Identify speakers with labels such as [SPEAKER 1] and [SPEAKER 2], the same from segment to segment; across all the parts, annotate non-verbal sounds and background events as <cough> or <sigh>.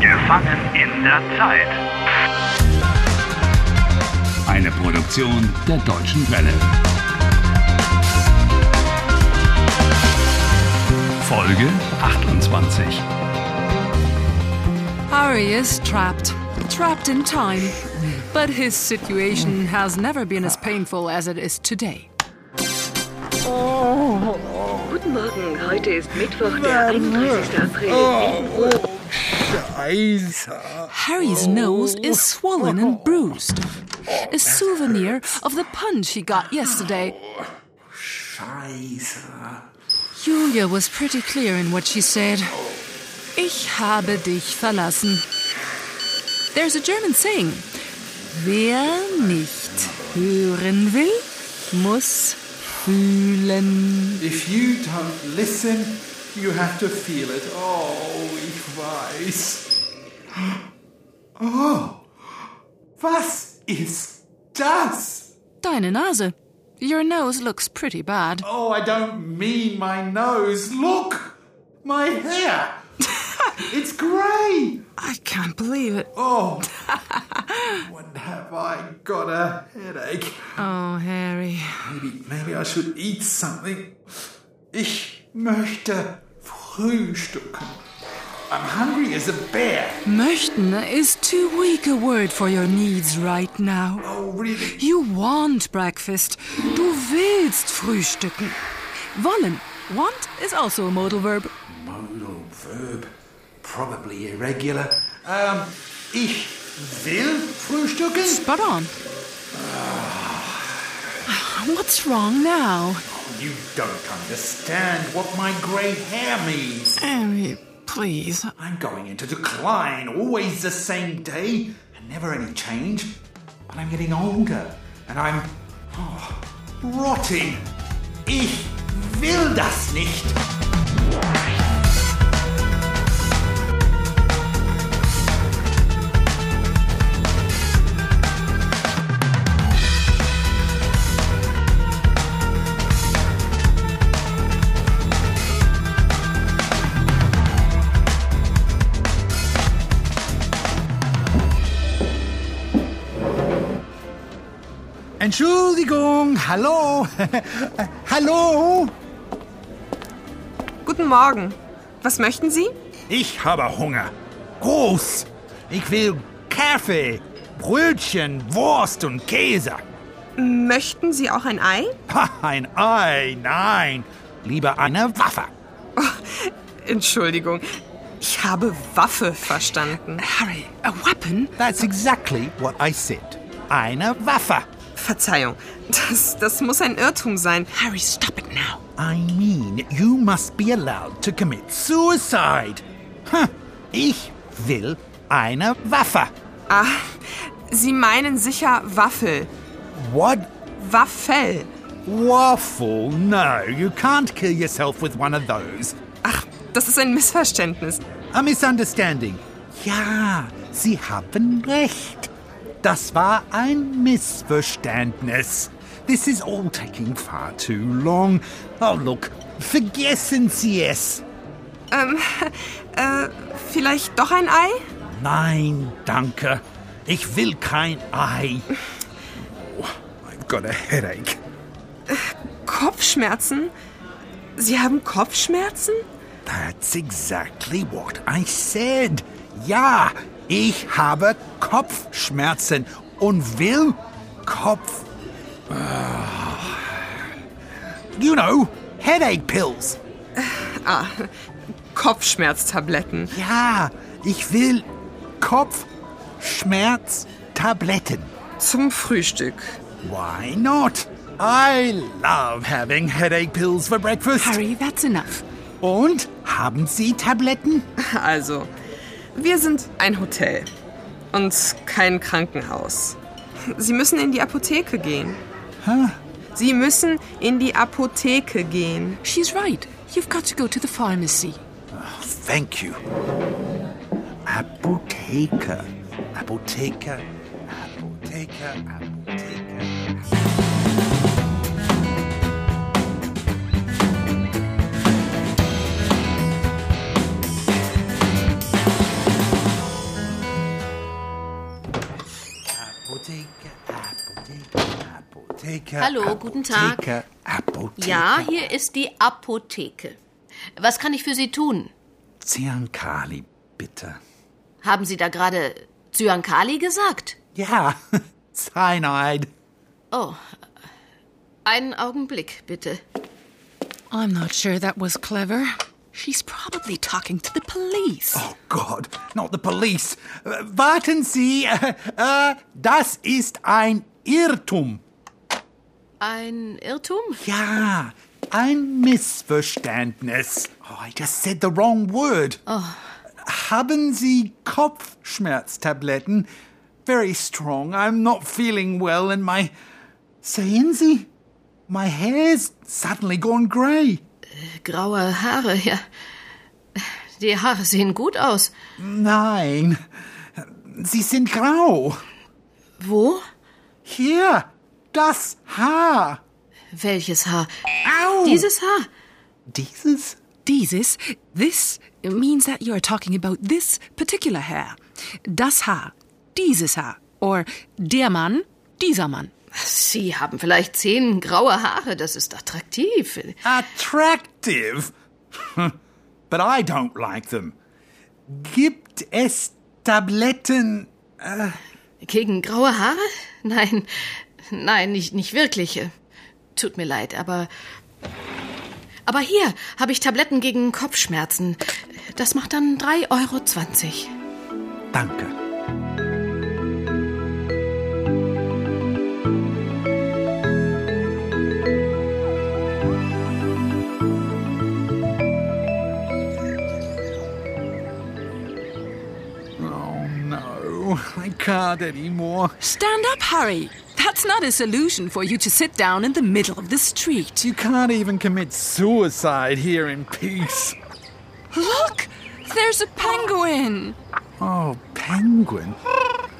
[SPEAKER 1] Gefangen in der Zeit.
[SPEAKER 2] Eine Produktion der Deutschen Welle. Folge 28.
[SPEAKER 3] Harry is trapped. Trapped in time. But his situation has never been as painful as it is today.
[SPEAKER 4] Oh, Guten Morgen, heute ist Mittwoch, der 31. April.
[SPEAKER 5] Scheiße.
[SPEAKER 3] Harry's nose is swollen and bruised. A souvenir of the punch he got yesterday.
[SPEAKER 5] Scheiße.
[SPEAKER 3] Julia was pretty clear in what she said. Ich habe dich verlassen. There's a German saying. Wer nicht hören will, muss fühlen.
[SPEAKER 5] If you don't listen, you have to feel it. Oh, ich weiß. <gasps> Oh, was ist das?
[SPEAKER 3] Deine Nase. Your nose looks pretty bad.
[SPEAKER 5] Oh, I don't mean my nose. Look, my hair. it's grey.
[SPEAKER 3] I can't believe it.
[SPEAKER 5] Oh, <laughs> when have I got a headache?
[SPEAKER 3] Oh, Harry.
[SPEAKER 5] Maybe, maybe I should eat something. Ich möchte frühstücken. I'm hungry as a bear.
[SPEAKER 3] Möchten is too weak a word for your needs right now.
[SPEAKER 5] Oh, really?
[SPEAKER 3] You want breakfast. Du willst frühstücken. Wollen. Want is also a modal verb.
[SPEAKER 5] Modal verb. Probably irregular. Um, ich will frühstücken.
[SPEAKER 3] Spot on. Ah, What's wrong now?
[SPEAKER 5] You don't understand what my grey hair means.
[SPEAKER 3] Harry, please.
[SPEAKER 5] I'm going into decline. Always the same day and never any change. But I'm getting older and I'm oh, rotting. Ich will das nicht. Entschuldigung, hallo. <laughs> hallo.
[SPEAKER 6] Guten Morgen. Was möchten Sie?
[SPEAKER 5] Ich habe Hunger. Groß. Ich will Kaffee, Brötchen, Wurst und Käse.
[SPEAKER 6] Möchten Sie auch ein Ei?
[SPEAKER 5] Ha, Ein Ei, nein. Lieber eine Waffe.
[SPEAKER 6] Entschuldigung. Ich habe Waffe verstanden.
[SPEAKER 3] Harry, a weapon?
[SPEAKER 5] That's exactly what I said. Eine Waffe.
[SPEAKER 6] Verzeihung. Das, das muss ein Irrtum sein.
[SPEAKER 3] Harry, stop it now.
[SPEAKER 5] I mean, you must be allowed to commit suicide. Huh. Ich will eine Waffe.
[SPEAKER 6] Ah, Sie meinen sicher Waffel.
[SPEAKER 5] What?
[SPEAKER 6] Waffel.
[SPEAKER 5] Waffle? No, you can't kill yourself with one of those.
[SPEAKER 6] Ach, das ist ein Missverständnis.
[SPEAKER 5] A misunderstanding. Ja, Sie haben recht. Das war ein Missverständnis. This is all taking far too long. Oh, look, vergessen Sie es.
[SPEAKER 6] Äh, vielleicht doch ein Ei?
[SPEAKER 5] Nein, danke. Ich will kein Ei. Oh, I've got a headache.
[SPEAKER 6] Kopfschmerzen? Sie haben Kopfschmerzen?
[SPEAKER 5] That's exactly what I said. Ja, ich habe Kopfschmerzen und will Kopf. Ah. You know, headache pills.
[SPEAKER 6] Kopfschmerztabletten.
[SPEAKER 5] Ja, ich will Kopfschmerztabletten.
[SPEAKER 6] Zum Frühstück.
[SPEAKER 5] Why not? I love having headache pills for breakfast.
[SPEAKER 3] Harry, that's enough.
[SPEAKER 5] Und haben Sie Tabletten?
[SPEAKER 6] <laughs> Also, wir sind ein Hotel und kein Krankenhaus. Sie müssen in die Apotheke gehen. Sie müssen in die Apotheke gehen.
[SPEAKER 3] She's right. You've got to go to the pharmacy.
[SPEAKER 5] Thank you. Apotheke. Apotheke. Apotheke. Apotheke. Apotheke.
[SPEAKER 1] Hallo, guten Tag.
[SPEAKER 5] Apotheke, Apotheke.
[SPEAKER 1] Ja, hier ist die Apotheke. Was kann ich für Sie tun?
[SPEAKER 5] Zyankali, bitte.
[SPEAKER 1] Haben Sie da gerade Zyankali gesagt?
[SPEAKER 5] Ja, <laughs> Cyanide.
[SPEAKER 1] Oh, einen Augenblick, bitte.
[SPEAKER 3] I'm not sure that was clever. She's probably talking to the police.
[SPEAKER 5] Oh Gott, not the police. Äh, Warten Sie, äh, äh, das ist ein Irrtum.
[SPEAKER 1] Ein Irrtum?
[SPEAKER 5] Ja, ein Missverständnis. Oh, I just said the wrong word. Haben Sie Kopfschmerztabletten? Very strong. I'm not feeling well and my... Sehen Sie? My hair's suddenly gone grey.
[SPEAKER 1] Graue Haare, ja. Die Haare sehen gut aus.
[SPEAKER 5] Nein, Sie sind grau.
[SPEAKER 1] Wo?
[SPEAKER 5] Hier, das Haar.
[SPEAKER 1] Welches Haar?
[SPEAKER 5] Au!
[SPEAKER 1] Dieses Haar.
[SPEAKER 5] Dieses?
[SPEAKER 3] Dieses, this means that you are talking about this particular hair. Das Haar, dieses Haar. Or der Mann, dieser Mann.
[SPEAKER 1] Sie haben vielleicht zehn graue Haare, das ist attraktiv.
[SPEAKER 5] Attractive. <laughs> but I don't like them. Gibt es Tabletten?
[SPEAKER 1] Gegen graue Haare? Nein, nein, nicht, nicht wirklich. Tut mir leid, aber. Aber hier habe ich Tabletten gegen Kopfschmerzen. Das macht dann 3,20 Euro.
[SPEAKER 5] Danke. Oh no, I can't anymore.
[SPEAKER 3] Stand up, Harry. That's not a solution for you to sit down in the middle of the street.
[SPEAKER 5] You can't even commit suicide here in peace.
[SPEAKER 3] Look, there's a penguin.
[SPEAKER 5] Oh, penguin.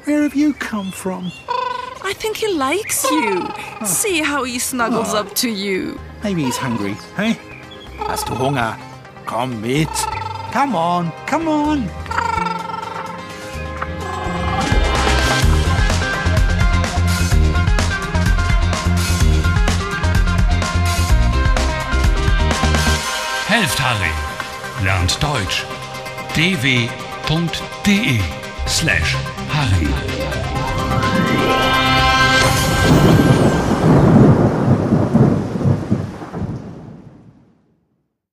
[SPEAKER 5] Where have you come from?
[SPEAKER 3] I think he likes you. See how he snuggles up to you.
[SPEAKER 5] Maybe he's hungry. Hey? Hast du Hunger? Komm mit. Come on, come on.
[SPEAKER 2] Helft Harry. Lernt Deutsch. dw.de slash Harry.